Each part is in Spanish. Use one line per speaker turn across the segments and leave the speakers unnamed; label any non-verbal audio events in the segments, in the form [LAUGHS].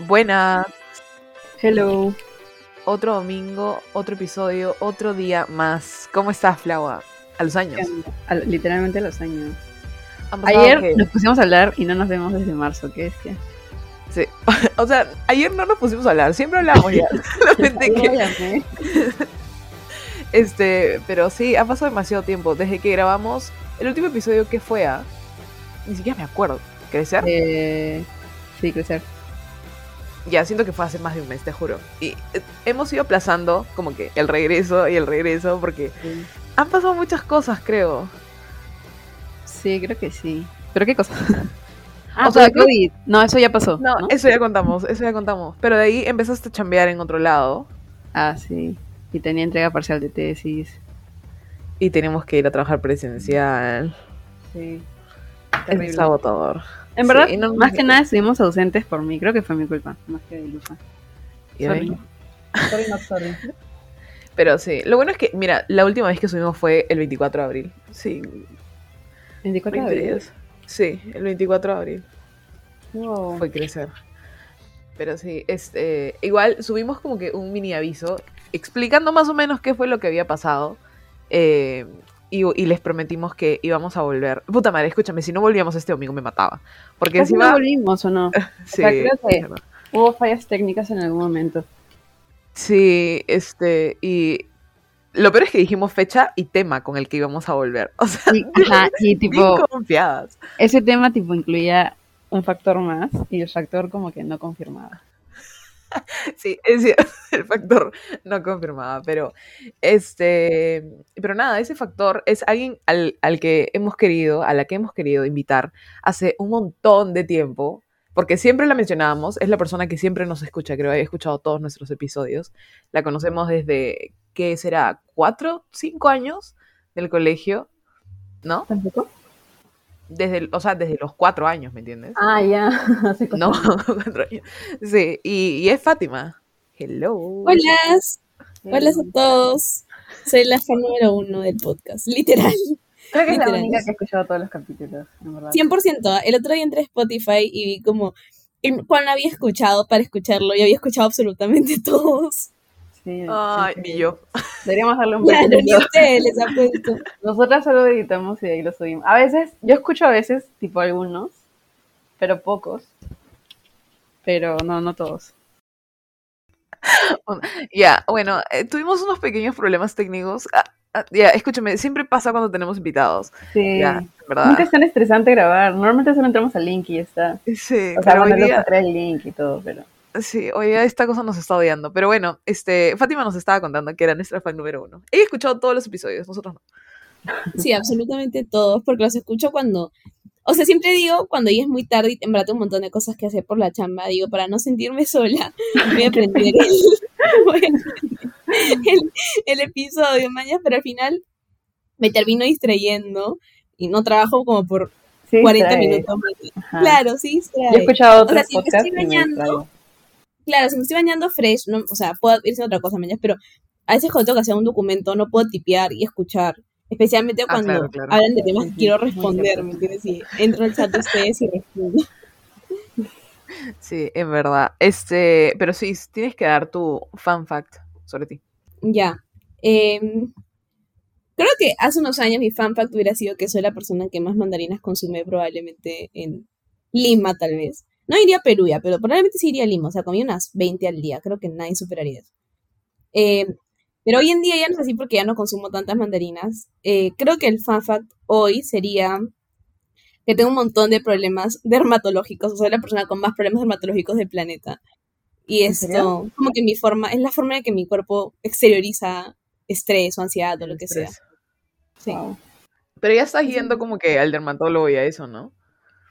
Buenas,
Hello.
otro domingo, otro episodio, otro día más. ¿Cómo estás, Flaua? A los años.
Al- literalmente los años.
Han pasado,
Em, Ayer
¿qué?
nos pusimos a hablar y no nos vemos desde marzo, qué [LAUGHS] bestia.
Sí. O sea, ayer no nos pusimos a hablar, siempre hablamos
[LAUGHS]
ya. Solamente
Ay,
que,
llamé.
este, pero sí, ha pasado demasiado tiempo desde que grabamos el último episodio que fue a. Ni siquiera me acuerdo. ¿Crecer?
Eh, sí, crecer.
Ya siento que fue hace más de un mes, te juro. Y eh, hemos ido aplazando como que el regreso y el regreso porque han pasado muchas cosas, creo.
Sí, creo que sí. ¿Pero qué cosa?
Ah, pero
o sea,
creo-
COVID. No, eso ya pasó.
No,
No,
eso ya contamos, eso ya contamos. Pero de ahí empezaste a chambear en otro lado
Ah, sí. Y tenía entrega parcial de tesis.
y tenemos que ir a trabajar presencial.
Sí.
Es sabotador.
En verdad,
Sí, no-
más que nada estuvimos ausentes por mí. Creo que fue mi culpa, más que de Lufa.
¿Ya ven?
Sorry, not sorry.
Pero sí, lo bueno es que, mira, la última vez que subimos fue el 24 de abril. Sí,
24
20
de abril.
días. Sí, el 24 de abril.
Wow.
Fue crecer. Pero sí, este, igual subimos como que un mini aviso explicando más o menos qué fue lo que había pasado. eh, y, y les prometimos que íbamos a volver. Puta madre, escúchame, si no volvíamos este domingo me mataba. Porque
Casi no
encima.
volvimos o no.
Sí,
sea, creo que-
mierda.
Hubo fallas técnicas en algún momento.
Sí, este, y lo peor es que dijimos fecha y tema con el que íbamos a volver. [LAUGHS] O sea,
Y, ajá, [LAUGHS] y tipo,
bien confiadas.
ese tema tipo incluía un factor más y el factor como que no confirmaba.
Sí, es cier- [LAUGHS] el factor no confirmaba, pero este, pero nada, ese factor es alguien al, al que hemos querido, a la que hemos querido invitar hace un montón de tiempo, porque siempre la mencionábamos, es la persona que siempre nos escucha, creo, he escuchado todos nuestros episodios, la conocemos desde, ¿qué será? ¿Cuatro, cinco años del colegio? ¿No?
¿Tampoco?
desde, el- o sea, desde los cuatro años, ¿me entiendes?
Ah, ya. [LAUGHS] Hace
no, [LAUGHS] cuatro años. Sí, y, y es Fátima. Hello.
Hola, hola a todos. Soy la fan número uno del podcast, literal.
Creo que es la
literal.
única que he escuchado todos los capítulos, en verdad.
100%. El otro día entré a Spotify y vi como en- cuán había escuchado para escucharlo y había escuchado absolutamente [LAUGHS] todos.
Sí,
Ay,
sí.
ni yo.
Deberíamos darle un
Claro, ni
break.
ustedes les ha puesto.
Nosotras solo editamos y de ahí lo subimos. A veces, yo escucho a veces, tipo algunos, pero pocos. Pero no, no todos.
Ya, bueno, eh, tuvimos unos pequeños problemas técnicos. Ah, ah, Ya, escúchame, siempre pasa cuando tenemos invitados.
Sí.
Ya, en ¿verdad?
Nunca es tan estresante grabar. Normalmente solo entramos al link y ya está.
Sí,
O sea,
pero hoy
bueno, luego
día-
trae el link y todo, pero.
sí, hoy día esta cosa nos está odiando. Pero bueno, este, Fátima nos estaba contando que era nuestra fan número uno. Ella ha escuchado todos los episodios, nosotros no.
Sí, absolutamente todos, porque los escucho cuando. O sea, siempre digo, cuando ya es muy tarde y en verdad tengo un montón de cosas que hacer por la chamba, digo, para no sentirme [LAUGHS] sola, voy a aprender el, [LAUGHS] voy a aprender el, el episodio, mañana, pero al final me termino distrayendo y no trabajo como por
Sí,
40
trae.
minutos más.
Ajá.
Claro, sí, distrae.
Ah. Yo he escuchado otros
sea, si me
podcasts
estoy
y me
bañando,
distraigo.
Claro, si me estoy bañando fresh, no, o sea, puedo irse a otra cosa, mañana, pero a veces cuando tengo que hacer un documento no puedo tipear y escuchar. Especialmente cuando
Ah, claro, claro.
hablan de temas que
Ujú,
quiero
muy
responder,
cierto.
¿me entiendes? Y entro al chat de ustedes y respondo. [LAUGHS]
Sí, en verdad. Este, pero sí, tienes que dar tu fan fact sobre ti.
Ya. em, creo que hace unos años mi fanpack hubiera sido que soy la persona que más mandarinas consume probablemente en Lima, tal vez. No iría a Perú ya, pero probablemente sí iría a Lima. O sea, comí unas 20 al día. Creo que nadie superaría eso. Em, pero hoy en día ya no es así porque ya no consumo tantas mandarinas. Eh, creo que el fanfact hoy sería que tengo un montón de problemas [LAUGHS] dermatológicos. O sea, soy la persona con más problemas dermatológicos del planeta. Y
¿En
esto,
serio?
como que mi forma, es la forma en que mi cuerpo exterioriza estrés o ansiedad o lo que sea. Sí.
Wow.
Pero ya estás yendo como que al dermatólogo y a eso, ¿no?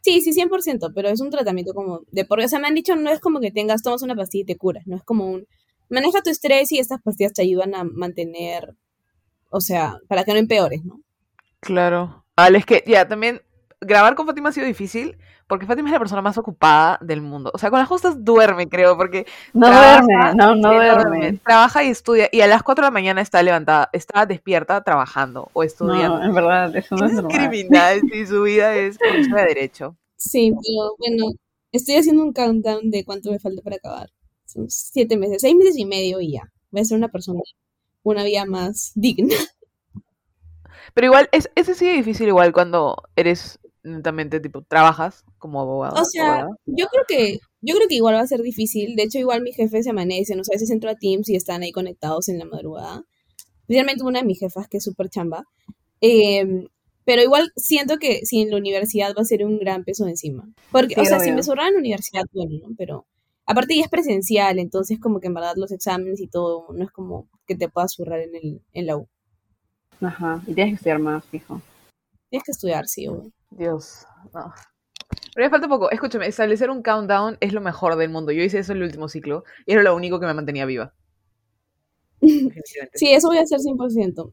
Sí, sí, 100%, pero es un tratamiento como de por, o sea, me han dicho no es como que tengas tomas una pastilla y te curas, no es como un maneja tu estrés y estas pastillas te ayudan a mantener, o sea, para que no empeores, ¿no?
Claro. Al es que ya también grabar con Fátima ha sido difícil porque Fátima es la persona más ocupada del mundo. O sea, con las justas duerme, creo, porque
No
Trabaja,
duerme, no, no
sí,
duerme.
trabaja y estudia y a las 4 de la mañana está levantada, está despierta trabajando o estudiando.
No, en verdad, eso no es
Eso es
normal.
criminal y su vida es profesora de derecho.
Sí, pero bueno, Estoy haciendo un countdown de cuánto me falta para acabar. Son siete meses, seis meses y medio y ya. Voy a ser una persona, una vida más digna.
Pero igual, es, ese sí es difícil igual cuando eres netamente, tipo, trabajas como abogado.
O sea,
abogada.
yo creo que yo creo que igual va a ser difícil. De hecho, igual mis jefes se amanecen, o sea, a veces entro a Teams y están ahí conectados en la madrugada. Especialmente una de mis jefas que es súper chamba. Eh, pero igual siento que si en la universidad va a ser un gran peso encima. Porque,
Sí,
o sea, si
obvio.
me sobraba en la universidad, bueno, ¿no? Pero aparte ya es presencial, entonces como que en verdad los exámenes y todo no es como que te puedas zurrar en, el, en la U.
Ajá, y tienes que estudiar más, fijo.
Tienes que estudiar, sí, obvio.
Dios, no. Pero ya falta poco. Escúchame, establecer un countdown es lo mejor del mundo. Yo hice eso en el último ciclo y era lo único que me mantenía [LAUGHS] viva. definitivamente.
Sí, eso voy a hacer 100%.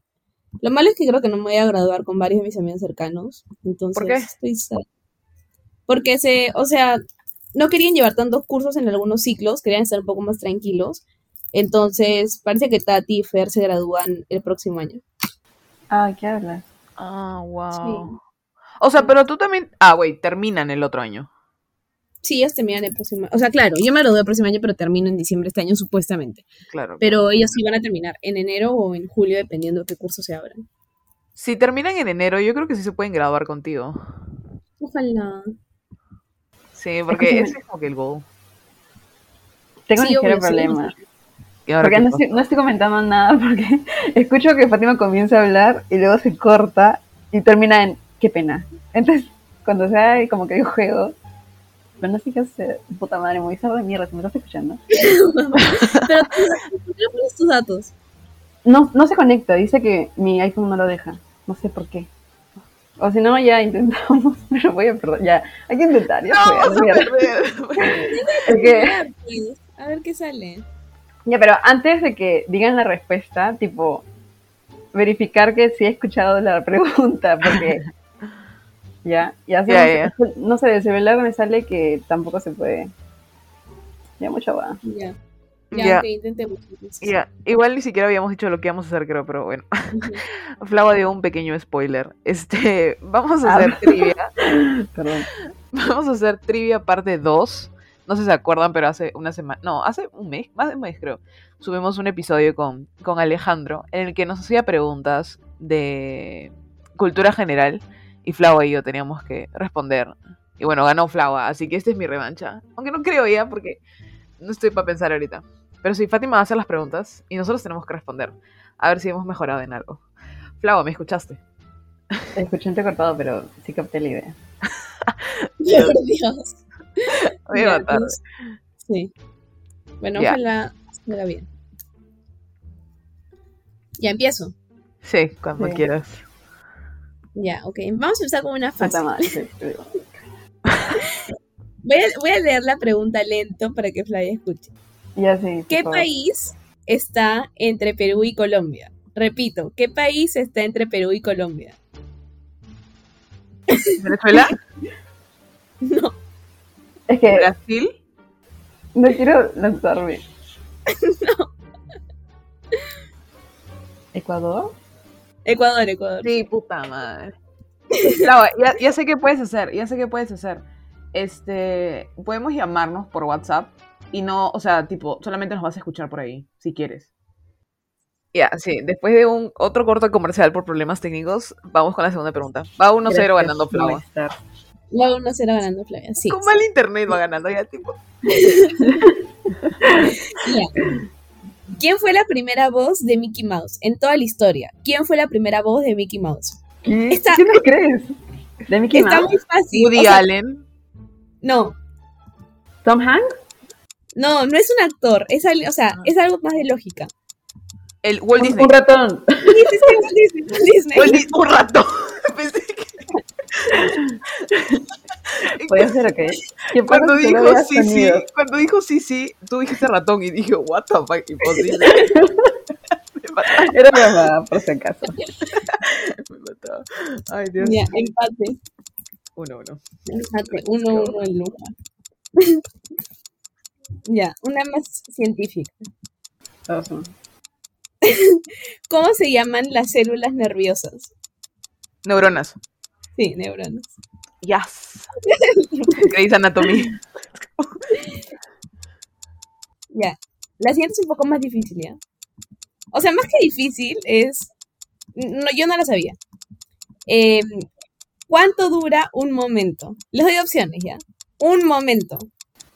Lo malo es que creo que no me voy a graduar con varios de mis amigos cercanos. Entonces,
¿Por qué?
estoy sad. Porque se, o sea, no querían llevar tantos cursos en algunos ciclos, querían estar un poco más tranquilos. Entonces, parece que Tati y Fer se gradúan el próximo año.
Ah, ¿qué hablas?
Ah, wow. O sea, pero tú también. Ah, güey, terminan el otro año.
Sí, ellas terminan el próximo O sea, claro, yo me gradué el próximo año, pero termino en diciembre este año, supuestamente.
Claro.
Pero ellas sí van a terminar en enero o en julio, dependiendo de qué cursos se abran.
Si terminan en enero, yo creo que sí se pueden graduar contigo.
Ojalá.
Sí, porque
Escúchame.
ese es como que el goal.
Tengo
Sí,
un ligero
obvio, sí,
problema.
¿Y ahora
Porque
qué
no
pasa? [LAUGHS]
estoy, no estoy comentando nada, [LAUGHS] porque escucho que Fátima comienza a hablar y luego se corta y termina en qué pena. Entonces, cuando sea ahí como que hay un juego, pero no sé qué hacer. Puta madre, muy cerdo de mierda, si me estás escuchando.
Pero tú, ¿por qué no pones tus pues, datos?
No, no se conecta, dice que mi iPhone no lo deja. No sé por qué. O si no, ya intentamos, [LAUGHS] pero voy a perder. Ya, hay que intentar, ya fue, a la
Vamos a
mierda.
[LAUGHS] perder.
Es que-
Pues, A ver qué sale.
Ya, pero antes de que digan la respuesta, tipo, verificar que sí he escuchado la [LAUGHS] pregunta, porque ya, ya, se-
Ya, ya.
no sé, de celular me sale que tampoco se puede. Ya mucho va.
Ya. Ya,
Ya,
ok, intentemos. entonces.
ya. Igual ni siquiera habíamos dicho lo que íbamos a hacer, creo, pero bueno.
[LAUGHS]
[LAUGHS]
Ujú.
Flava dio un pequeño spoiler. Este, [LAUGHS] vamos a
Ah.
hacer trivia.
Perdón.
[LAUGHS] Vamos a hacer trivia parte 2. No sé si se acuerdan, pero hace una semana, no, hace un mes, más de un mes creo, subimos un episodio con, con Alejandro en el que nos hacía preguntas de cultura general y Flava y yo teníamos que responder. Y bueno, ganó Flava, así que esta es mi revancha. Aunque no creo ya porque no estoy para pensar ahorita. Pero sí, Fátima va a hacer las preguntas y nosotros tenemos que responder. A ver si hemos mejorado en algo. Flava, ¿me escuchaste?
Escuché entrecortado, pero sí capté la idea.
Por Dios.
[LAUGHS] Voy a
Ya,
matar.
pues, sí. Bueno,
Ya.
ojalá salga bien. Ya empiezo.
Sí, cuando
Sí.
quieras.
Ya, ok. Vamos a empezar con una
Ah,
fácil.
Puta madre, sí, te digo.
Voy a, voy a leer la pregunta lento para que Flavia escuche.
Ya sí. por
¿Qué
favor.
país está entre Perú y Colombia? Repito, ¿qué país está entre Perú y Colombia?
¿Venezuela?
No,
Es que
¿Brasil?
no quiero lanzarme. [LAUGHS] ¿Ecuador?
Ecuador, Ecuador.
Sí, puta [LAUGHS] madre. Claro, ya, ya sé qué puedes hacer, ya sé qué puedes hacer. Este, podemos llamarnos por WhatsApp y no, o sea, tipo, solamente nos vas a escuchar por ahí, si quieres. Ya, sí, después de un otro corto comercial por problemas técnicos, vamos con la segunda pregunta. Va 1-0
Gracias
ganando
por
Flava.
estar.
Luego no será ganando Flavia. Sí.
Con mal internet va ganando ya, tipo.
¿Quién fue la primera voz de Mickey Mouse en toda la historia? ¿Quién fue la primera voz de Mickey Mouse?
¿Qué?
Está-
¿Qué no crees? ¿De Mickey
Está
Mouse?
muy fácil.
Woody
o sea,
Allen.
no,
¿Tom Hanks?
no, no es un actor. Es, al- o sea, es algo más de lógica. [LAUGHS]
El Walt
Un-
Disney.
Un ratón.
Sí, sí, sí, Walt Disney, Walt Disney.
Walt Disney, un ratón. [LAUGHS] Pensé
Podía
que...
ser, [LAUGHS] ¿ok? ¿Qué pasa
Cuando
si solo
dijo
veas
sí, sí,
sonidos?
cuando dijo sí, sí, tú dijiste ratón y dije, what the fuck, imposible. me mataba,
Era broma, por si acaso.
me mataba. Ay, Dios.
Ya, empate.
Uno, uno.
Empate. Uno, uno en Luca. [LAUGHS] ya, una más científica.
Todos son.
¿Cómo se llaman las células nerviosas?
Neuronas.
Sí, neuronas.
[LAUGHS] Yes. Grey's Anatomy.
Ya. La siguiente es un poco más difícil, ¿ya? O sea, más que difícil es... No, yo no la sabía. Eh, ¿Cuánto dura un momento? Les doy opciones, ¿ya? Un momento.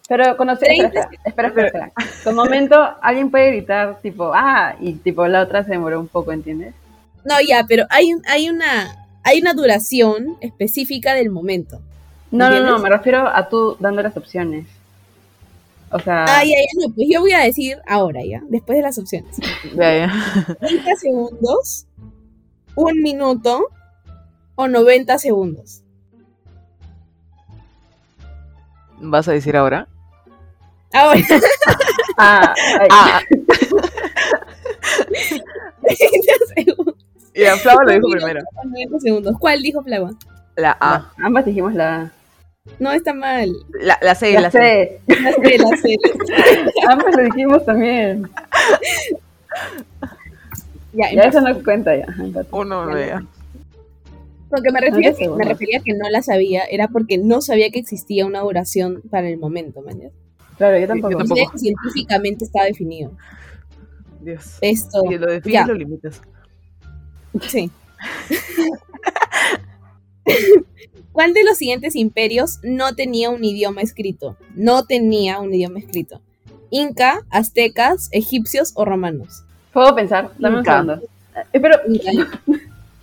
Pero conocer. Espera, espera,
30.
espera, espera, espera. Con momento, alguien puede gritar, tipo, ah, y tipo, la otra se demoró un poco, ¿entiendes?
No, ya, pero hay, un- hay, una, hay una duración específica del momento.
No, no, no,
¿Entiendes?
me refiero a tú dando las opciones. O sea,
Ah, ya, ya, no, pues yo voy a decir ahora, ya, después de las opciones.
Ya, ya.
30 segundos, un minuto o 90 segundos.
¿Vas a decir ahora?
Ahora, [LAUGHS]
ah, ay,
Ah,
30 segundos.
ya, Flava lo
[LAUGHS]
dijo
un minuto
primero.
o 90 segundos. ¿Cuál dijo Flava?
La A.
ambas dijimos la,
No está mal.
La, la C,
la
la, C.
C.
La C, la C.
[LAUGHS] Ambas lo dijimos también.
Ya,
Ya
empezó.
eso no cuenta ya. ajá, empate.
Uno, vea.
Lo que me refiero
Veinte
que me
segundos.
refería que no la sabía era porque no sabía que existía una duración para el momento, mañana.
Claro, yo tampoco.
yo
No
tampoco.
sabía que científicamente está definido.
Dios.
Esto.
Si lo
Ya.
defines, lo limitas. [LAUGHS]
Sí. [LAUGHS] ¿Cuál de los siguientes imperios no tenía un idioma escrito? No tenía un idioma escrito. Inca, aztecas, egipcios o romanos.
Puedo pensar, dame un
Nunca.
segundo. Eh, pero,
Inca.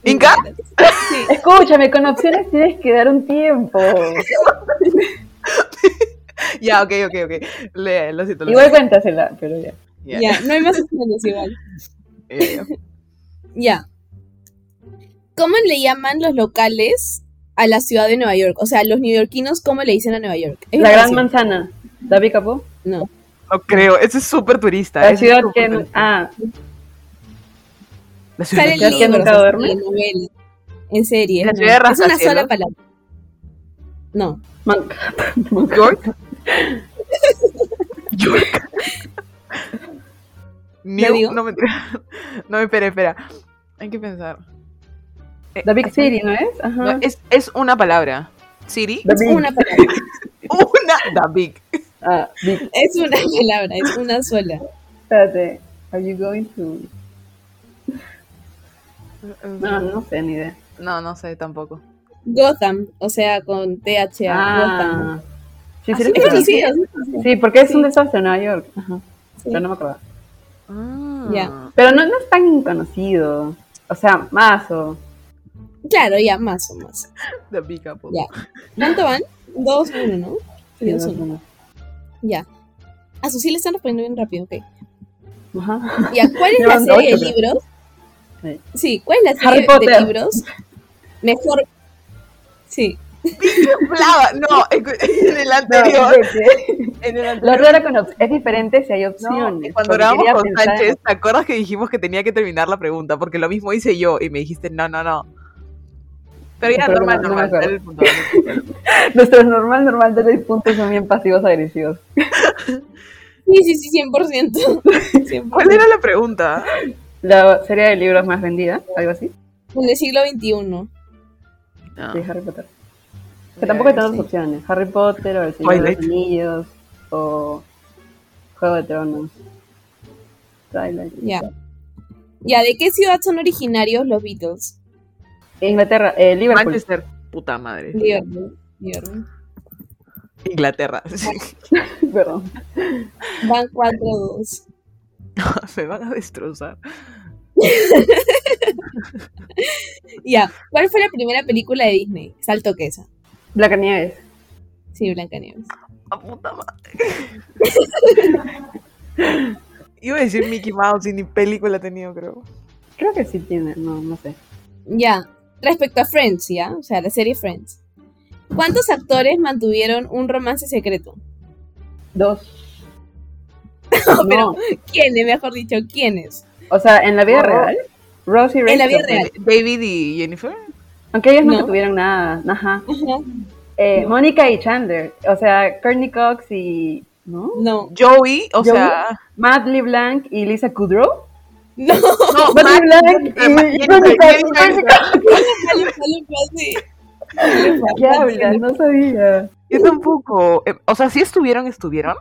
¿Inca?
Sí.
escúchame, con opciones tienes que dar un [LAUGHS] tiempo.
Ya, ok, ok, ok. Le, lo siento, lo
Igual cuéntasela, pero ya.
siento.
Ya,
Ya, ya,
no hay más opciones igual.
ya.
Ya. ¿Cómo le llaman los locales a la ciudad de Nueva York? O sea, los neoyorquinos, ¿cómo le dicen a Nueva York? Es
La
fácil.
Gran Manzana. David Capó. [LAUGHS]
No.
No creo, eso es súper turista.
La
eso es
ciudad
súper
que.
turista.
Ah,
La ciudad,
Sale en
ciudad que
libros,
nunca
así,
duerme.
en novelas, en series.
La
¿no?
ciudad de
Es una sola
rascacielos.
palabra. No.
[LAUGHS] Man-
York. York. New,
digo?
no mentira. [LAUGHS] No, espera, espera. Hay que pensar. Eh,
The Big
es-
City, ¿no es?
no,
Ajá.
es, es una palabra. City.
The
Es
Big.
una palabra.
[LAUGHS] Una. The Big.
Ah, Big.
Es una [LAUGHS] palabra, es una sola.
Espérate. Are you going to.? No, no sé, ni idea.
No, no sé tampoco.
Gotham, o sea, con THA. Gotham.
Ah. Sí, sí,
Así
lo
es
escuché.
conocido, es conocido.
sí, porque es un desastre en Nueva York. Ajá.
Sí.
Pero no me acuerdo.
Ah.
Ya.
Pero no, no es tan conocido. O sea, más o.
Claro, ya, más o más.
The Big Apple.
Ya. ¿Cuánto van? Dos, uno, ¿no?
Sí,
Dos,
más
uno.
o menos.
Ya. A Susi le están respondiendo bien rápido, ok.
Ajá.
Ya, ¿cuál
[LAUGHS]
es la
Llevan
serie
ocho,
de
creo.
libros?
Sí.
Sí, ¿cuál es la
Harry
serie de
Potter.
libros? Mejor. Sí.
Flava, no, escu- en el
No,
anterior.
vete.
En el
La
anterior.
rueda con op- es diferente si hay
No,
opciones.
cuando
porque
grabamos
quería
con
pensar-
Sánchez, ¿te acuerdas que dijimos que tenía que terminar la pregunta? Porque lo mismo hice yo y me dijiste, no, no, no. Pero ya,
Pero
normal,
no, no me
normal.
acuerdo.
dale el punto, dale el punto.
Nuestros normal, normal de los puntos son bien pasivos agresivos.
Sí, sí, sí,
[LAUGHS]
100%. 100%.
¿Cuál era la pregunta?
La serie de libros más vendida, algo así,
En el siglo XXI.
No,
de Harry Potter. Que tampoco hay tantas
sí.
opciones. Harry Potter, o El Señor de
Twilight.
los Anillos, o Juego de Tronos. Twilight.
Ya. Ya, ¿de qué ciudad son originarios los Beatles?
Inglaterra, eh, Liverpool.
Manchester, puta madre.
Liverpool. Liverpool.
Inglaterra. [LAUGHS]
[LAUGHS] Perdón.
Van 4-2.
me van a destrozar.
Ya. ¿Cuál fue la primera película de Disney? Salto que esa.
Blancanieves.
Sí, Blancanieves.
A puta madre. Iba a decir Mickey Mouse y ni película ha tenido, creo.
Creo que sí tiene, no, no sé.
Ya, respecto a Friends, ¿ya? O sea, la serie Friends. ¿Cuántos actores mantuvieron un romance secreto?
Dos.
[LAUGHS]
No,
pero- ¿Quiénes, mejor dicho, quiénes?
O sea, en la vida
Oh.
real, Rosie
En la vida real.
David y Jennifer.
Aunque ellos
No.
nunca tuvieron nada, ajá.
Ajá,
Eh,
No.
Mónica y Chandler, o sea, Courtney Cox y... ¿No?
No,
Joey, o
Joey.
sea.
Matt LeBlanc y Lisa
[LAUGHS]
Kudrow.
No,
no,
[LAUGHS] Matt
Matt-
LeBlanc y
Matt-
Mónica
Jennifer- Jennifer.
Cox.
[LAUGHS] sale, sale, sale.
¿Qué hablas? No sabía.
Yo tampoco. Eh, O sea, si estuvieron, estuvieron.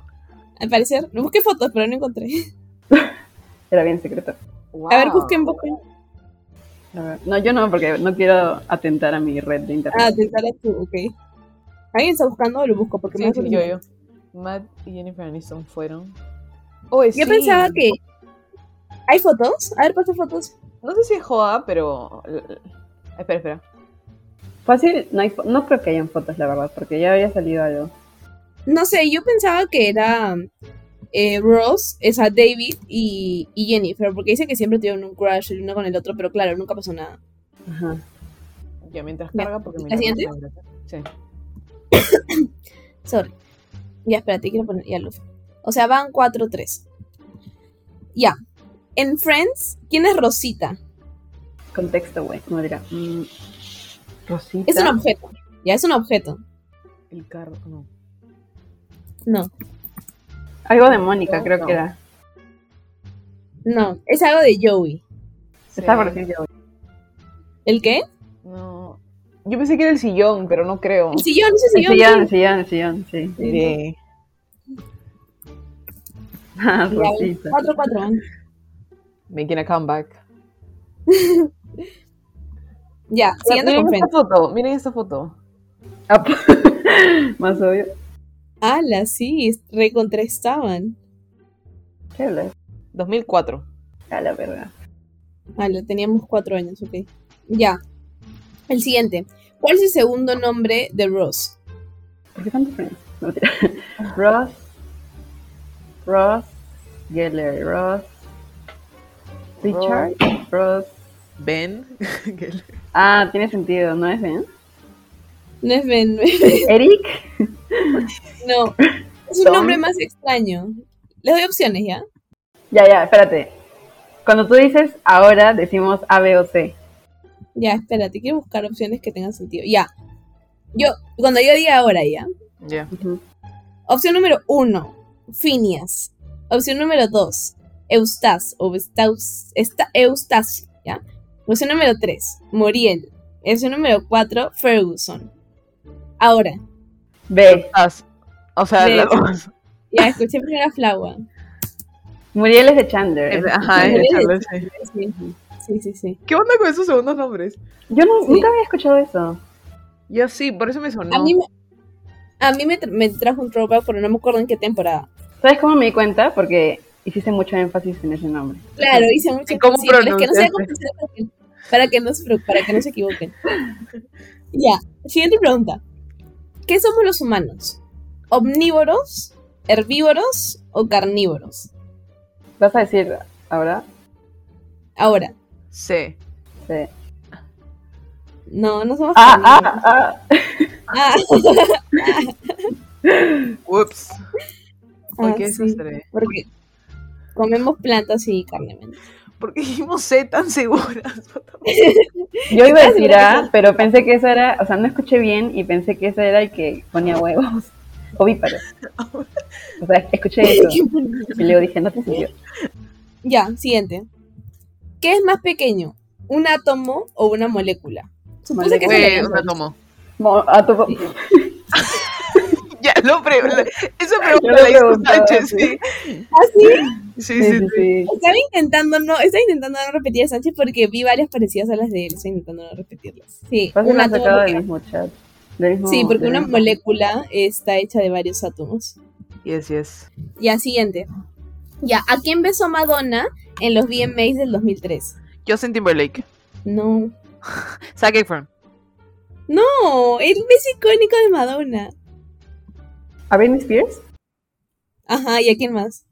Al parecer, no busqué fotos, pero no encontré.
Era bien secreto.
A ver, busquen, busquen.
A ver, No, yo no, porque no quiero atentar a mi red de internet.
Ah, tentarás tú, ok. ¿Alguien está buscando o lo busco? Porque me
Sí,
hace
sí,
lo
yo,
mismo.
yo. Matt y Jennifer Aniston fueron. Oye,
Yo
sí.
pensaba que. ¿Hay fotos? A ver, pasa fotos.
No sé si es joda, pero. Espera, espera.
Fácil, no, hay fo- no creo que hayan fotos, la verdad, porque ya habría salido algo.
No sé, yo pensaba que era eh, Ross, esa David y, y Jennifer, porque dice que siempre tuvieron un crush el uno con el otro, pero claro, nunca pasó nada.
Ajá.
Ya mientras
Ya.
carga, porque
¿La
mientras-
siguiente?
Sí.
Sorry. Ya, espérate, quiero poner ya luz. O sea, van 4-3. Ya. En Friends, ¿quién es Rosita?
Contexto, güey. No dirá. mm, Rosita.
Es un objeto. Ya, es un objeto.
El carro. No.
No,
Algo de Mónica, creo
No.
que era.
no. Es algo de Joey.
Estaba por
Sí.
decir yo.
¿El qué?
No. Yo pensé que era el sillón, pero no creo.
El sillón, Ah, ese
El
sillón.
sillón, el sillón, el sillón, sí.
Sí.
Ah,
Ya,
Rosita.
4-4. van.
Making a comeback.
Ya, siguiendo
miren
con
esta
Friends.
foto. Miren esta foto.
Ah, pues, [LAUGHS] Más obvio.
Ala, sí, recontrestaban.
¿Qué hablas?
2004.
A la verga.
Ala, teníamos 4 años, ok. Ya. El siguiente. ¿Cuál es el segundo nombre de Ross?
¿Por qué tanto friends? No, [LAUGHS] mentira. Ross. Ross. Geller. Ross. Richard. Ross.
Ben. [LAUGHS] que el-
Ah, tiene sentido, ¿no es bien?
No es
[COUGHS]
Ben. [LAUGHS]
Eric.
No, es un
Tom.
nombre más extraño. Les doy opciones, ¿ya?
Ya, ya, espérate. Cuando tú dices ahora, decimos A, B o C.
Ya, espérate, quiero buscar opciones que tengan sentido. Ya. Yo, cuando yo diga ahora, ya.
Ya.
Ujú.
Opción número uno, Finias. Opción número dos, Eustace o Eustace, esta, Eustace, ¿ya? Opción número tres, Moriel. Opción número cuatro, Ferguson. Ahora,
B.
As- O sea,
Ben.
las [LAUGHS] dos.
ya escuché primero a Flagua.
Muriel es de Chandler. es-
Ajá,
Ben.
eh, Charles, sí.
Sí, sí, sí. sí.
¿Qué onda con esos segundos nombres?
Yo no-
Sí.
nunca había escuchado eso.
Yo sí, por eso me sonó.
A mí, me, a mí me, tra- me trajo un throwback, pero no me acuerdo en qué temporada.
¿Sabes cómo me di cuenta? Porque hiciste mucho énfasis en ese nombre.
Claro, hice mucho
¿Y cómo
pero es que no sé
pronunciaste?
cómo pronunciar para que, para que no se, pro- para que no se equivoquen. ya, siguiente pregunta. ¿Qué somos los humanos? ¿Omnívoros, herbívoros o carnívoros?
¿Vas a decir ahora?
Ahora,
Sí.
C.
no, no somos
Ah,
carnívoros.
ah, ah.
Ah,
Whoops. Ay,
[LAUGHS] ah,
qué
sí,
desastre.
porque comemos plantas y carne. ¿no?
¿Por qué dijimos C tan seguras?
[LAUGHS] Yo iba a
Estaba
decir
segura que
A, pero pensé que eso era, o sea, no escuché bien y pensé que ese era el que ponía huevos. Ovíparo. O sea, escuché eso.
[LAUGHS]
Y luego dije, no te sirvió.
ya, siguiente. ¿Qué es más pequeño? ¿Un átomo o una molécula? Supuse que
Molécula.
sería-
Fue una tomo.
Mo- a tu-
Ya, lo
[LAUGHS]
pre la- esa pregunta
lo
la hizo
preguntaba,
Sánchez,
sí.
sí.
¿Ah,
Sí,
sí?
sí,
Sí, sí,
sí.
sí.
Estaba intentando no, estaba intentando no repetir a Sánchez porque vi varias parecidas a las de él, estoy intentando no repetirlas. Sí,
Vas
un
a
átomo
sacado del
porque-
mismo chat. Del mismo,
sí, porque
del
una
mismo-
molécula está hecha de varios átomos.
Yes, yes.
Ya, siguiente. Ya, ¿a quién besó Madonna en los VMAs del 2003?
Justin Timberlake.
No.
Zac Efron.
No, el beso icónico de Madonna.
¿A Britney Spears?
Ajá, ¿y a quién más?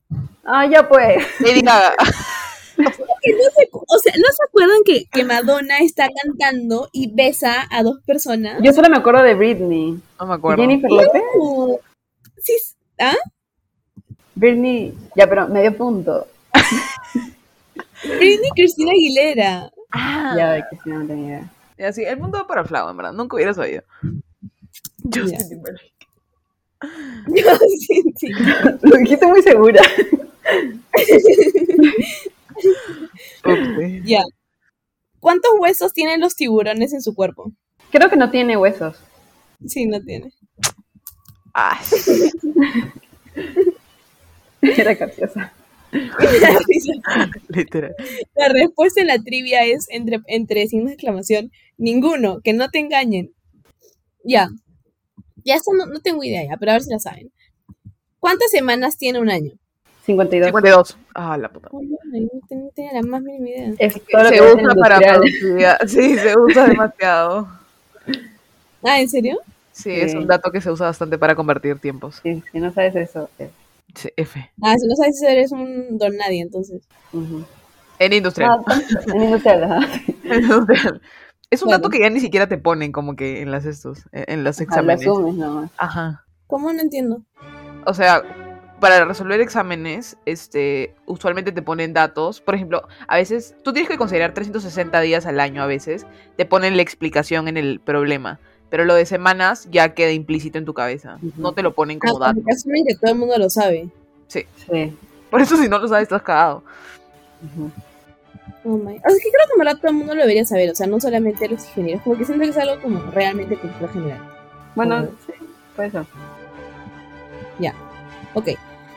Ah, ya pues.
Lady Gaga. [LAUGHS]
Que no se, o sea, ¿no se acuerdan que, que Madonna está cantando y besa a dos personas?
Yo solo me acuerdo de Britney.
No me acuerdo.
Jennifer López.
Uh, sí, ¿ah?
Britney. Ya, pero medio punto.
Britney Cristina Aguilera.
Ah.
Ya, de que sí, no tenía idea.
Y así, el mundo va para Flau, en verdad. Nunca hubiera sabido. Justin
Ya. [LAUGHS]
Timberlake.
Sí, sí.
Lo dijiste muy segura.
Ups, [LAUGHS] sí.
Ya. ¿Cuántos huesos tienen los tiburones en su cuerpo?
Creo que no tiene huesos.
Sí, no tiene.
Ah,
Era capciosa.
Literal.
[LAUGHS] La respuesta en la trivia es entre, entre signos de exclamación, ninguno, que no te engañen. Ya. Ya esta no, no tengo idea ya, pero a ver si la saben. ¿Cuántas semanas tiene un año?
52.
52. Ah, la puta.
Ay, No ten- no tenía la más mínima idea.
Es todo lo que
se
ves en
usa para
industrial.
productividad. Sí, se usa demasiado.
Ah, ¿en serio?
Sí, es
Sí.
un dato que se usa bastante para convertir tiempos.
Sí, si no sabes eso. es-
Sí, F.
Ah, si no sabes eso eres un don nadie, entonces.
ujú.
En industrial.
Ah, tanto. En industrial, ajá.
[LAUGHS] En industrial. Es un dato que
Claro.
ya ni siquiera te ponen como que en las estos, en en los
Ah, Lo
exámenes.
asumes nomás.
Ajá.
¿Cómo no entiendo?
O sea, para resolver exámenes, este, usualmente te ponen datos. Por ejemplo, a veces tú tienes que considerar 360 días al año a veces. Te ponen la explicación en el problema. Pero lo de semanas ya queda implícito en tu cabeza.
Ujú.
No te lo ponen
Ah,
como dato.
como que asumen que todo el mundo lo sabe.
Sí.
Por eso si no lo sabes, estás cagado.
ujú.
Oh my- O sea, que creo que en verdad todo el mundo lo debería saber, o sea, no solamente los ingenieros, como que siento que es algo como realmente cultura general.
Bueno,
Ujú.
sí, pues eso.
Ok.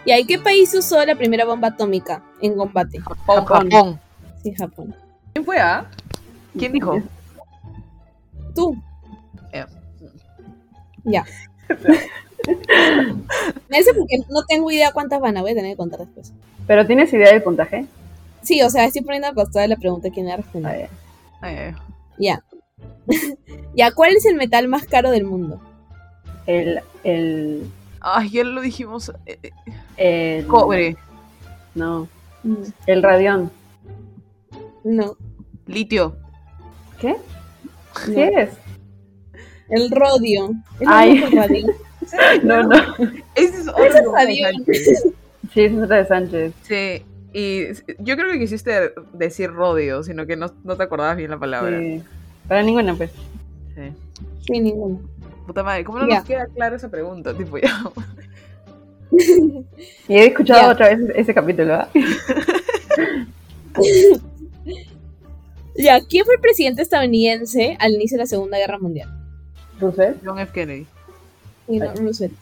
¿Y ahí qué país usó la primera bomba atómica en combate?
Japón.
Japón.
Sí, Japón.
¿Quién fue ah? ¿Quién dijo?
Tú.
Eh.
Ya. Me dice porque no tengo idea cuántas van, voy a tener que contar después.
¿Pero tienes idea del puntaje?
Sí, o sea, estoy poniendo al costado de la pregunta quién la
A
respondió.
ver.
Eh,
Ya. [LAUGHS] ya, ¿cuál es el metal más caro del mundo?
El, el,
Ay, ya lo dijimos. eh, eh,
el...
cobre,
No.
Mm.
El radión.
No.
litio.
¿Qué?
no.
¿Qué es?
El rodio. Es
Ay.
Ay. rodio.
No, no.
Ese es
Ese es
otro.
radión.
Sí, es otra de Sánchez.
Sí, y s- yo creo que quisiste decir rodio, sino que no, no te acordabas bien la palabra. Sí.
Sí. Para ninguna, pues.
[LAUGHS] Sí, ninguno.
Puta madre, ¿cómo no
Ya.
nos queda claro esa pregunta? Tipo, ya.
Y he escuchado
Ya.
otra vez ese capítulo, ¿ah?
Ya, ¿quién fue el presidente estadounidense al inicio de la Segunda Guerra Mundial?
Russell.
John F. Kennedy.
Y no, Roosevelt.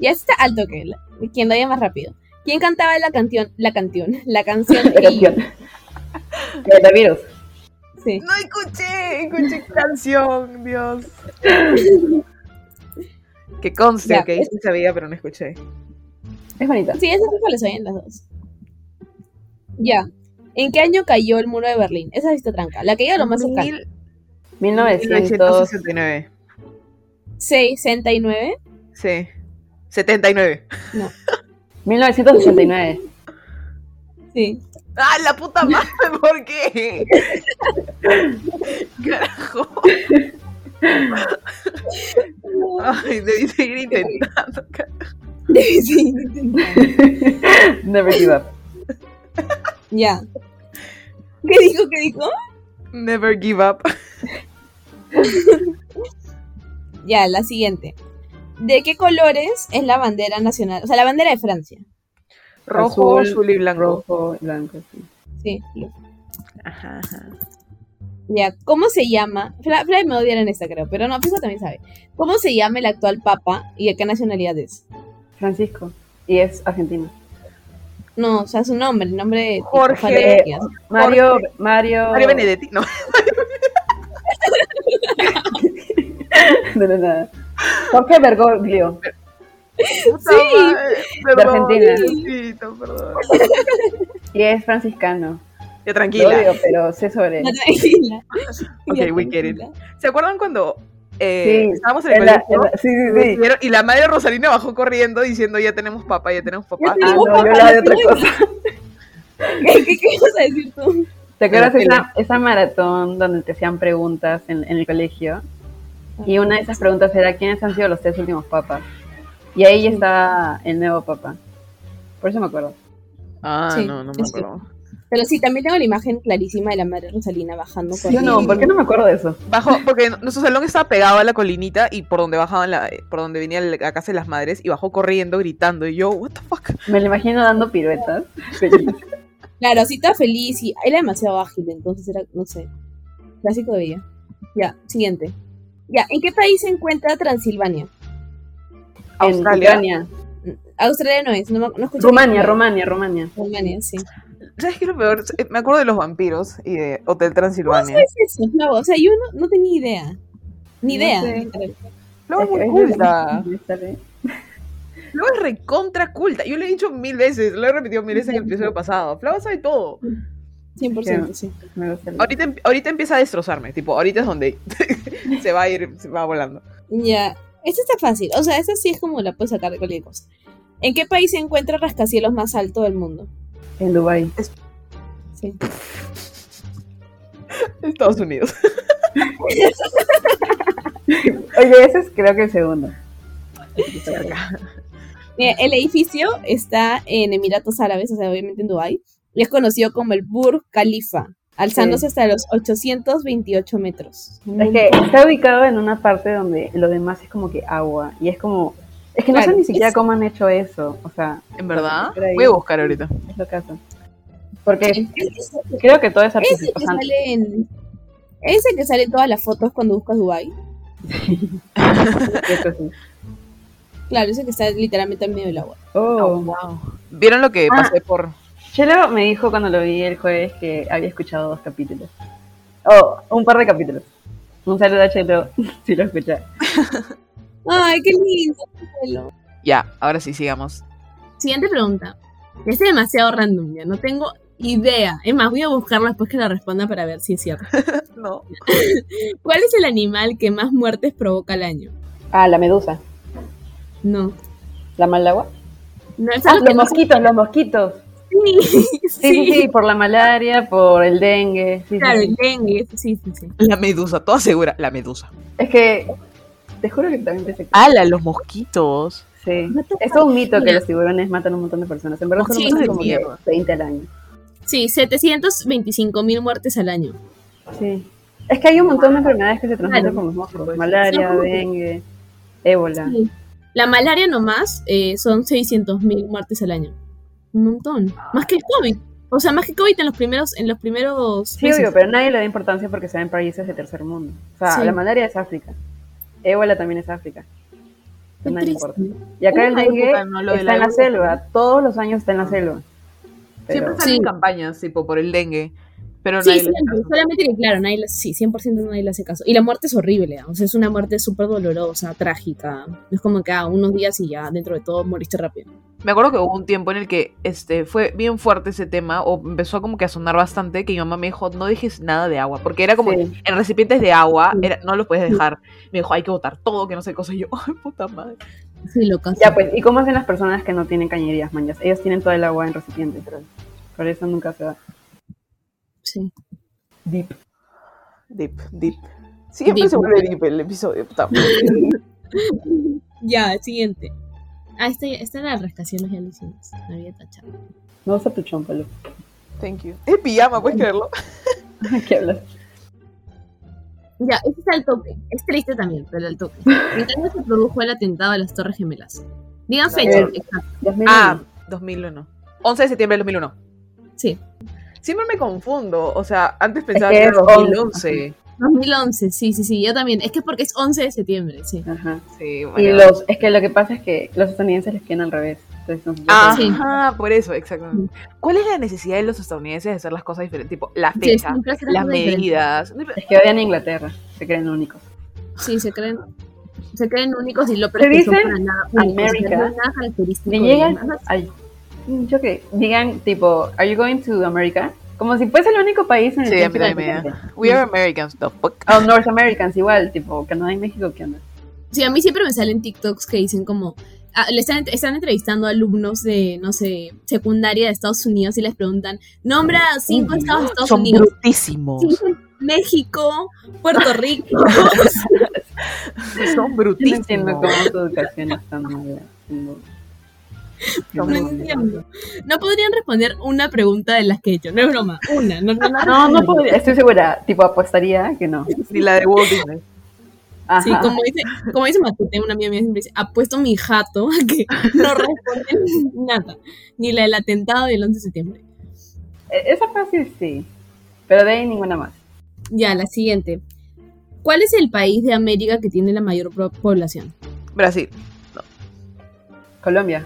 Ya está alto que él. Quien lo haya más rápido. ¿Quién cantaba la canción? La canción. [LAUGHS] La canción.
[LAUGHS]
de-
Era tío. Era virus.
Sí.
No escuché, escuché canción, Dios. Que conste,
Ya.
ok, sí sabía, pero no escuché.
Es bonita.
Sí, esas cinco les oyen las dos. Ya. ¿En qué año cayó el muro de Berlín? Esa vista tranca. La caída de lo más cercano.
1900.
1969.
69.
Sí. 79.
1989.
Sí.
¡Ah, la puta madre! [LAUGHS] ¿Por qué? [LAUGHS] Carajo. Ay, debí seguir intentando.
[LAUGHS] Sí, intentando.
Never give up.
ya. ¿Qué dijo? ¿Qué dijo?
Never give up.
Ya, la siguiente. ¿De qué colores es la bandera nacional? O sea, la bandera de Francia.
Rojo, azul,
Azul,
y blanco.
Rojo, blanco, sí.
Sí.
Ajá, ajá.
Ya, ¿cómo se llama? Fla, Fla me odiaron esta, creo, pero no, Pisco también sabe. ¿Cómo se llama el actual papa y de qué nacionalidad es?
Francisco. Y es argentino.
No, o sea, su nombre, el nombre de...
Jorge.
Mario, Mario.
Mario Benedetti. No,
[LAUGHS] No, no, nada. Jorge Bergoglio.
puta madre, perdón,
Argentina.
Diosito, perdón.
Y es franciscano.
Ya
Lo
tranquila.
odio, pero sé sobre él.
No, tranquila.
Ok,
Ya,
we get it.
tranquila.
¿Se acuerdan cuando eh,
Sí,
estábamos en el
En la- en
colegio?
la- sí, sí, sí.
Decidieron- Y la madre Rosalina bajó corriendo diciendo ya tenemos papá, ya tenemos papá.
Ya
Ah,
tenemos
no, yo
papá,
la de
ya
otra
tenemos-
cosa.
¿Qué, qué, qué vas a decir tú?
¿Te acuerdas
Pero
esa, esa maratón donde te hacían preguntas en, en el colegio? Y una de esas preguntas era ¿quiénes han sido los tres últimos papas? Y ahí estaba el nuevo papa. Por eso me acuerdo.
Ah,
Sí,
no, no me
es cierto.
acuerdo.
Pero sí, también tengo la imagen clarísima de la madre Rosalina bajando por
Yo no, ¿por qué no me acuerdo de eso?
Bajo, porque nuestro salón estaba pegado a la colinita y por donde bajaban la, eh, por donde venía la la casa de las madres y bajó corriendo, gritando, y yo, what the fuck.
Me lo imagino dando piruetas.
Claro, sí estaba feliz y era demasiado ágil, entonces era, no sé, clásico de ella. Ya, siguiente. Ya, ¿en qué país se encuentra Transilvania?
en
Australia.
Ucrania.
Australia no es, no, me- no escuché.
Rumania, Rumania, Rumania.
Rumania, sí.
¿Sabes qué es lo peor? Eh, Me acuerdo de los vampiros y de Hotel Transilvania.
¿Qué es eso, Flavo? O sea, yo no, no tenía idea. Ni
No
idea.
sé.
literal.
Luego es muy
Es- es-
culta.
es- es-
Luego es recontra culta. Yo lo he dicho mil veces, lo he repetido mil veces en el episodio pasado. Flava sabe todo.
100%, sí.
me gusta el-
Ahorita, em- ahorita empieza a destrozarme, tipo, ahorita es donde [LAUGHS] se va a ir, se va volando.
Ya. Esta está fácil. O sea, esta sí es como la puedes sacar de cualquier cosa. ¿En qué país se encuentra el rascacielos más alto del mundo?
En Dubai.
Sí.
Estados Unidos.
Oye, ese es creo que el segundo.
Mira, Eh, el edificio está en Emiratos Árabes, o sea, obviamente en Dubái, y es conocido como el Burj Khalifa, alzándose hasta los 828 metros.
Es que está ubicado en una parte donde lo demás es como que agua. Y es como. Es que no
Claro,
sé ni siquiera
es-
cómo han hecho eso. O sea,
¿En verdad?
Por ahí.
Voy a buscar ahorita.
es lo que hacen. Porque
Ese
creo que todo es
ese que
artificial. [LAUGHS]
sale en... Ese que sale en todas las fotos cuando buscas Dubái. Claro, ese que está literalmente en medio del agua.
Oh.
¿Vieron lo que
Ah.
pasé por...?
Chelo me dijo cuando lo vi el jueves que había escuchado dos capítulos. Oh, un par de capítulos. Un saludo a Chelo, [LAUGHS] si lo escucha.
¡Ay, qué lindo! Marcelo.
Ya, ahora sí, sigamos.
Siguiente pregunta. Este es demasiado random, ya no tengo idea. Es más, voy a buscarla después que la responda para ver si es cierto. [LAUGHS]
No.
¿Cuál es el animal que más muertes provoca al año?
Ah, la medusa.
No.
¿La malagua?
No es
Ah,
algo que
los
no
mosquitos, los mosquitos.
Sí,
Sí, sí, sí, por la malaria, por el dengue. Sí, sí,
Claro, el
sí.
dengue, sí, sí, sí.
La medusa, toda segura, la medusa.
Es que te juro que también te seca.
¡Hala, los mosquitos!
Sí. Es un mito que los tiburones matan a un montón de personas. En verdad solo
Sí,
matan
de
como que
mierda.
20 al año.
Sí, 725 mil muertes al año.
Sí. Es que hay un montón de enfermedades que se transmiten
Claro.
por los mosquitos.
Sí,
Malaria,
como que-
dengue, ébola.
Sí. La malaria nomás eh, son 600 mil muertes al año. Un montón. Más que el COVID. O sea, más que COVID en los primeros, en los primeros
Sí,
meses.
obvio, pero nadie le da importancia porque se da en países de tercer mundo. O sea,
Sí.
la malaria es África. Ébola también es África.
Qué
Nadie le
triste.
importa. Y acá el
Una
dengue
época, ¿no? Lo de
está
la
en la
ébola.
selva. Todos los años está en la selva. Pero-
Siempre salen
Sí.
campañas, tipo, por el dengue. Pero
Sí,
nadie le-
siempre, solamente que claro, nadie le- sí, 100% nadie le hace caso. Y la muerte es horrible, ¿ah? o sea, es una muerte súper dolorosa, trágica. No es como que ah, unos días y ya, dentro de todo, moriste rápido.
Me acuerdo que hubo un tiempo en el que este fue bien fuerte ese tema, o empezó como que a sonar bastante, que mi mamá me dijo, no dejes nada de agua, porque era como,
Sí.
en recipientes de agua,
Sí.
era- no los puedes dejar. Me dijo, hay que botar todo, que no sé qué cosa. Y yo, [LAUGHS] ay, puta madre.
Sí, loca.
Ya pues, ¿y cómo hacen las personas que no tienen cañerías, mañas? Ellas tienen todo el agua en recipientes, pero por eso nunca se da.
Sí.
Deep.
Deep, deep. Siempre
Deep,
se vuelve
¿no?
deep el episodio, puta madre. [LAUGHS]
Ya, siguiente. Ah, esta, esta era el rascacielos, ya lo hicimos. La había tachado.
No usa tu [LAUGHS] chompalo.
Thank you. Es pijama, ¿puedes creerlo?
¿Qué hablas?
Ya, este está al toque. Es triste también, pero al [LAUGHS] toque. ¿En qué año se produjo el atentado a las Torres Gemelas? Digan fecha.
Eh.
exacto.
2001.
Ah, 2001. 11 de septiembre del 2001.
Sí.
Siempre me confundo. O sea, antes pensaba
que
que
es
era 2011.
2011, sí, sí, sí. Yo también. Es que porque es 11 de septiembre, sí.
Ajá.
Sí,
Y
bueno.
los, es que lo que pasa es que los estadounidenses les quedan al revés. Entonces, son-
Ah.
Sí.
Ajá, por eso, exactamente. ¿Cuál es la necesidad de los estadounidenses de hacer las cosas diferentes? Tipo, la
Sí,
fecha,
siempre será
las
una diferencia.
medidas.
Es que odian a Inglaterra, se creen únicos.
Sí, se creen, se creen únicos y lo
Se dicen
para nada únicos,
América.
o sea, no es nada característico.
Le
de
llegan
nada.
al... Yo que digan, tipo, ¿Are you going to America? Como si fuese el único país en el
Sí,
que
a mí
se
también me
represente.
We are Americans, the fuck.
Oh, North Americans igual, tipo, Canadá y México, ¿qué onda?
Sí, a mí siempre me salen TikToks que dicen como. ah, le están, están entrevistando alumnos de, no sé, secundaria de Estados Unidos y les preguntan: nombra cinco estados de Estados
Son
Unidos.
brutísimos.
Sí, México, Puerto Rico.
Son
Yo no entiendo
brutísimos.
cómo su educación es tan mala. No,
No
[LAUGHS] no entiendo. No podrían responder una pregunta de las que he hecho. No es broma. Una. No, no, no.
no, no podría, estoy segura, tipo apostaría que no.
Ni la de Walt Disney.
Ajá.
Sí, como dice, como dice Matute, una amiga mía siempre dice, apuesto mi jato a que no responden [LAUGHS] nada, ni la del atentado del 11 de septiembre.
E- Esa fácil sí, pero de ahí ninguna más.
Ya, la siguiente. ¿Cuál es el país de América que tiene la mayor pro- población?
Brasil.
Colombia.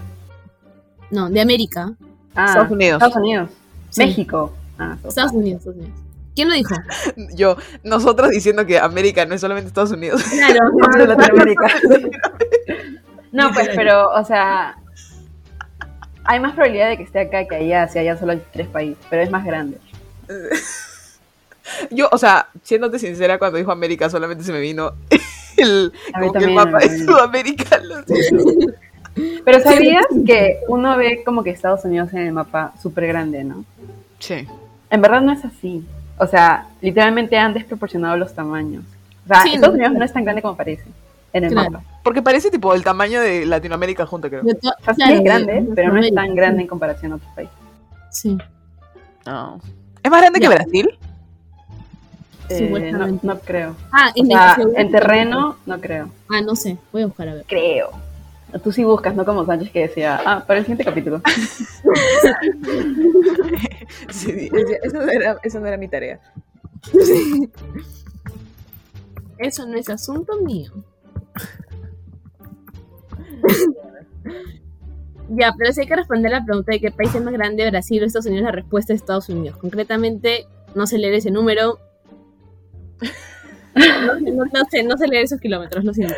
No, de América.
Ah,
Estados Unidos.
Estados Unidos.
Sí.
México. Ah, Estados
Estados Unidos, Estados Unidos. ¿Quién lo dijo?
[LAUGHS]
[LAUGHS]
Yo, nosotros diciendo que América no es solamente Estados Unidos. [LAUGHS]
Claro.
Unidos de [LAUGHS] Latinoamérica. no, pues, pero, o sea, hay más probabilidad de que esté acá que allá, si allá solo hay tres países, pero es más grande.
Yo, o sea, siéndote sincera, cuando dijo América solamente se me vino [LAUGHS] el,
A mí
como que el
también,
mapa
a
de
mí.
Sudamérica. lo siento.
Pero ¿sabías que uno ve como que Estados Unidos en el mapa súper grande, no?
Sí.
En verdad no es así. O sea, literalmente han desproporcionado los tamaños. O sea,
Sí,
Estados
no.
Unidos no es tan grande como parece en el
Claro.
mapa.
Porque parece tipo el tamaño de Latinoamérica junta, creo.
De to-
O sea, sí
claro,
es
de-
grande,
de
pero no es tan
América.
grande en comparación a otros países.
Sí.
No. ¿Es más grande
Ya.
que Brasil?
Eh, no,
Supuestamente.
no creo.
Ah,
O
en, el-
sea,
seguro
en
que-
terreno, no creo.
Ah, no sé. Voy a buscar a ver.
Creo. Tú sí buscas, no como Sánchez que decía, ah, para el siguiente
[LAUGHS]
capítulo.
Sí,
Pues, eh,
esa- esa no era, esa no era mi tarea.
Eso no es asunto mío. [LAUGHS] ya, pero si hay que responder la pregunta de qué país es más grande, Brasil o Estados Unidos, la respuesta es Estados Unidos. Concretamente, no sé leer ese número. No, sé- no- no sé, no sé leer esos kilómetros, lo [LAUGHS] siento.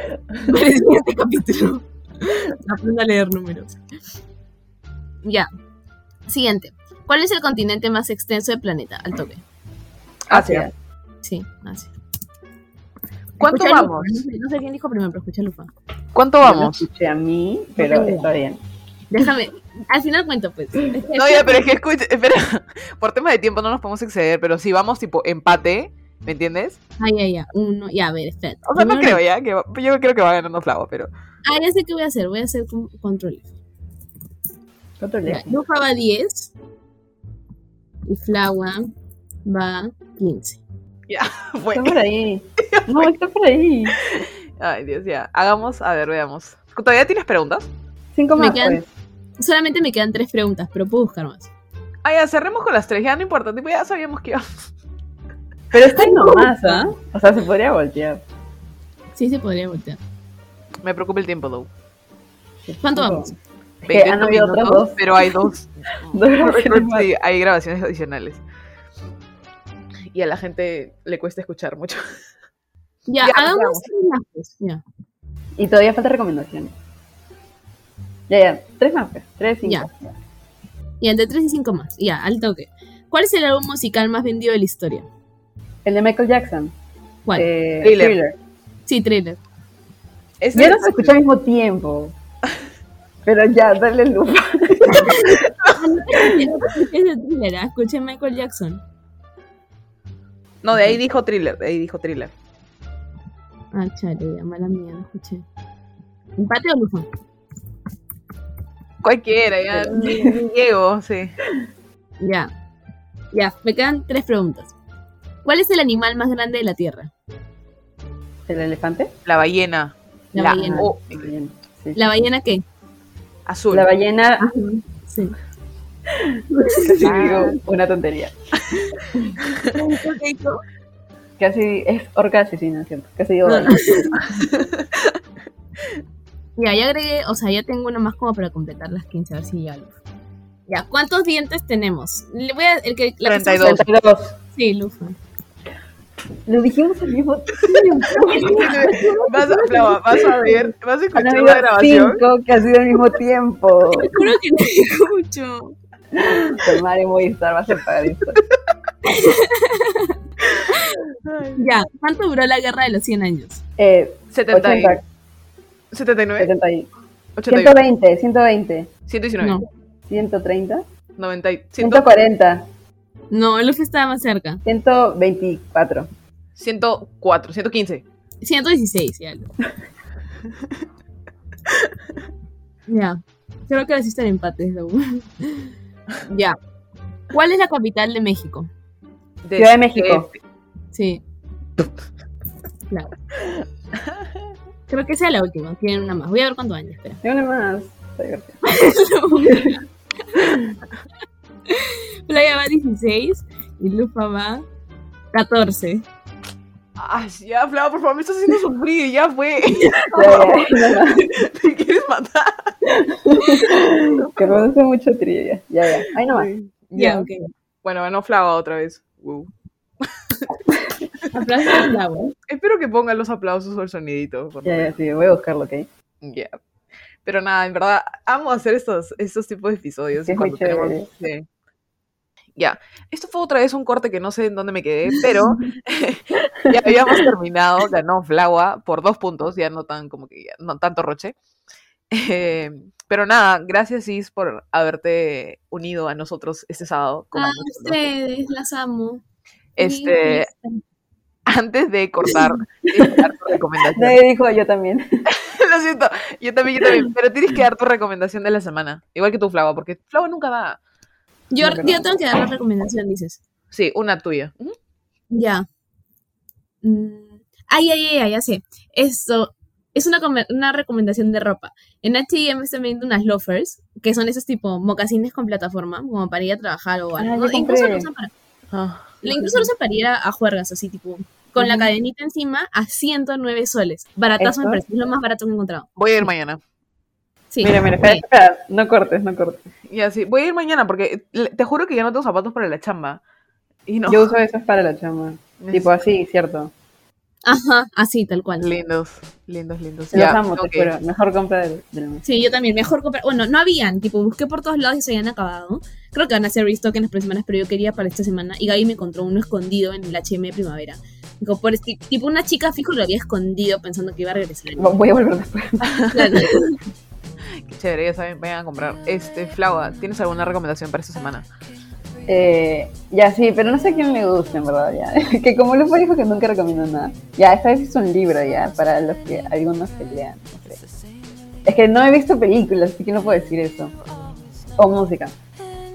Para el siguiente este capítulo. Aprendo a leer números. Ya. Siguiente. ¿Cuál es el continente más extenso del planeta? Al toque.
Asia.
Sí, así.
¿Cuánto
Escucha,
vamos?
Lufa, No sé, no sé quién dijo primero, pero escucha Lufa.
¿Cuánto
Yo lo
vamos?
escuché a mí, pero
tengo
está bien.
Déjame. Al final cuento, pues. Es que-
No, ya, pero es que escucha, espera. [LAUGHS] Por tema de tiempo no nos podemos exceder, pero si vamos tipo empate, ¿me entiendes?
Ay, ya, ya. Uno. Ya, a ver, espérate.
O sea, no
Primero-
creo ya, que va- yo creo que va ganando Flavo, pero [LAUGHS]
Ah, ya sé qué voy a hacer. Voy a hacer con- control.
¿Cuánto
Ya,
lees?
Lufa va 10. Y Flagua va 15.
Está
bueno.
por
[LAUGHS]
ahí. No, está por ahí.
Ay, Dios, ya. Hagamos, a ver, veamos. ¿Todavía tienes preguntas?
Cinco
Me
más,
quedan-
pues.
Solamente me quedan tres preguntas, pero puedo buscar más.
Ah, ya, cerremos con las tres, ya no importa, tipo, ya sabíamos que iba.
Pero está ahí nomás, ¿ah? O sea, se podría voltear.
Sí, se podría voltear.
Me preocupa el tiempo, though.
¿Cuánto vamos?
Es que han
28
habido otros
minutos,
dos.
Pero hay
[LAUGHS]
dos.
Dos grabaciones más.
Sí, hay grabaciones adicionales. Y a la gente le cuesta escuchar mucho.
Ya,
Ya,
hagamos unas, pues, Ya.
Y todavía falta recomendaciones. Ya, ya. Tres más, pues. Tres, cinco.
Ya. Y entre 3 y 5 más. Ya, al toque. ¿Cuál es el álbum musical más vendido de la historia?
El de Michael Jackson.
¿Cuál?
eh,
Thriller.
Thriller.
Sí, Thriller. [LAUGHS]
Ese-
Ya no se escuchó al mismo tiempo. Pero ya, dale luz.
es de thriller, ¿ah? escuché Michael Jackson.
No, de ahí dijo thriller, de ahí dijo thriller.
Ah, chale, ya, mala mía, no escuché. ¿Empate o lujo?
Cualquiera, ya ni- ni llego, sí.
Ya. Ya, me quedan tres preguntas. ¿Cuál es el animal más grande de la Tierra?
¿El elefante?
La ballena.
La
La-
ballena.
oh,
La ballena. Sí.
¿La ballena qué?
azul.
La ballena,
Sí.
[LAUGHS] casi
Ah.
digo una tontería. Casi es orca asesina, ¿cierto? Casi digo.
No, no.
orca.
Ya, ya agregué, o sea, ya tengo una más como para completar las 15, a ver si ya lo. Ya, ¿cuántos dientes tenemos? Le voy a. El que, la persona-
32.
32.
Sí, lujo.
Lo dijimos al mismo
[LAUGHS]
tiempo.
[LAUGHS]
[LAUGHS]
Vas a, Flava, vas a ver, vas a
Han
escuchar
habido
la grabación.
cinco que ha sido al mismo tiempo.
Juro que no escucho.
Tu madre Movistar va a ser pagar esto.
Ya, ¿cuánto duró la guerra de los 100 años?
Eh,
70 y-
80,
79,
70 y-
81,
120, 120,
119,
No,
130,
90, y- 100,
140,
no, Luffy estaba más cerca.
124.
104, 115.
116, ya. Lu. ya, creo que resiste el empate. Lu. ya. ¿Cuál es la capital de México?
De- este.
Ciudad de México.
Sí. Claro. Creo que sea la última, tienen una más. Voy a ver cuánto años, espera.
Tengo una más. Está
[LAUGHS]
divertido.
Playa va 16 y Lufa va 14.
Ay, ya, Flava, por favor, me estás haciendo sufrir, ya fue. [LAUGHS] Te quieres matar.
que produce mucho trivia. Ya, ya. Ahí nomás.
Ya, ok.
Bueno, ganó Flava otra vez. Wow.
Aplausos a Flava.
Espero que pongan los aplausos o el sonidito. por
Ya, ya, sí, voy a buscarlo, ¿ok?
Yeah. Pero nada, en verdad, amo hacer estos, estos tipos de episodios.
Sí, es
cuando
muy chévere.
tenemos- sí. Ya, esto fue otra vez un corte que no sé en dónde me quedé, pero [LAUGHS] ya habíamos terminado, ganó Flagua por dos puntos, ya no tan como que ya no tanto roche. Eh, pero nada, gracias Is por haberte unido a nosotros este sábado. con
A
nosotros.
Ah, ustedes, las amo.
Este,
Feliz
antes de cortar, [LAUGHS] tienes que dar tu recomendación.
Nadie dijo yo también.
[LAUGHS] Lo siento, yo también, yo también. Pero tienes que dar
[LAUGHS]
tu recomendación de la semana. Igual que tu Flava, porque Flava nunca da.
fiesta. Yo,
No, pero-
yo tengo que dar la recomendación, dices.
Sí, una tuya. Ujú.
Ya. Mm, Ay, ay, ay, ay, ya sé. Esto es una, come- una recomendación de ropa. En H&M están vendiendo unas loafers, que son esos tipo mocasines con plataforma, como para ir a trabajar o algo.
Ah, yo
¿no? E Incluso
compré.
lo usan para,
Ah,
lo- incluso lo usan para ir a, a juergas, así tipo, con la
Ujú.
cadenita encima a 109 soles. Baratazo me
¿Eso?
parece, es lo más barato que he encontrado.
Voy a ir mañana.
Sí.
Mira, mira, espera,
Sí.
espera. No cortes, no cortes.
Ya, sí. Voy a ir mañana porque le- te juro que ya no tengo zapatos para la chamba. Y no.
Yo uso esas para la chamba.
Es-
Tipo así, cierto.
Ajá, así, tal cual.
Lindos, lindos, lindos.
Los
Ya,
amo,
tengo
te
que ir.
juro. Mejor compra del, del mes.
Sí, yo también. Mejor comprar. Bueno, no habían. Tipo, busqué por todos lados y se habían acabado. Creo que van a hacer restock en las próximas semanas, pero yo quería para esta semana. Y Gaby me encontró uno escondido en el HM de primavera. Dijo, por este, tipo, una chica fijo lo había escondido pensando que iba
[LAUGHS]
a regresar.
Vo- Voy a volver después.
Claro.
Chévere, ya saben, vayan a comprar. Este, Flava, ¿tienes alguna recomendación para esta semana?
Eh, ya, sí, pero no sé quién me gusta, en verdad, ya. [LAUGHS] que como Lupa dijo que nunca recomiendo nada. Ya, esta vez es un libro, ya, para los que algunos pelean. No sé. Es que no he visto películas, así que no puedo decir eso. O música.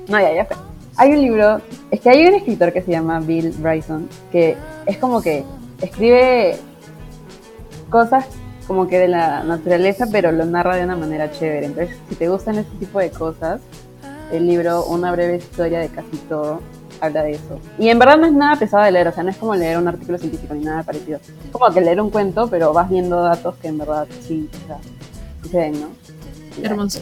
No, ya, ya fue. Hay un libro, es que hay un escritor que se llama Bill Bryson, que es como que escribe cosas como que de la naturaleza, pero lo narra de una manera chévere. Entonces, si te gustan este tipo de cosas, el libro Una breve historia de casi todo habla de eso. Y en verdad no es nada pesado de leer, o sea, no es como leer un artículo científico ni nada parecido. Es como que leer un cuento, pero vas viendo datos que en verdad sí, o sea, sí se ven, ¿no? Y ya.
Hermoso.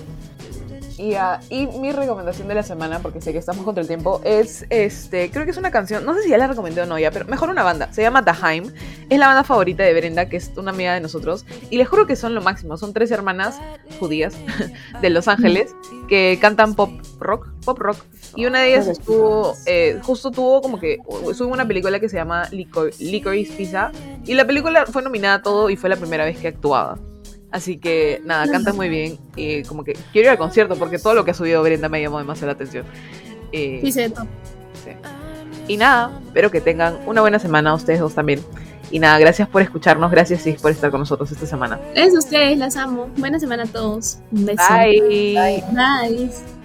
Y, ah, y mi recomendación de la semana, porque sé que estamos contra el tiempo, es este, creo que es una canción, no sé si ya la recomendé o no ya, pero mejor una banda, se llama Daheim, es la banda favorita de Brenda, que es una amiga de nosotros, y les juro que son lo máximo, son tres hermanas judías [LAUGHS] de Los Ángeles que cantan pop rock, pop rock, y una de ellas estuvo, eh, justo tuvo como que, subo una película que se llama Lico- Licorice Pizza, y la película fue nominada a todo y fue la primera vez que actuaba. Así que nada, canta muy bien. Y como que quiero ir al concierto porque todo lo que ha subido Brenda me llamó demasiado la atención. Eh,
Sí, se ve top.
Y nada, espero que tengan una buena semana ustedes dos también. Y nada, gracias por escucharnos, gracias Sis por estar con nosotros esta semana.
Es ustedes, las amo. Buena semana a todos. Un beso.
Bye.
Bye.
Bye.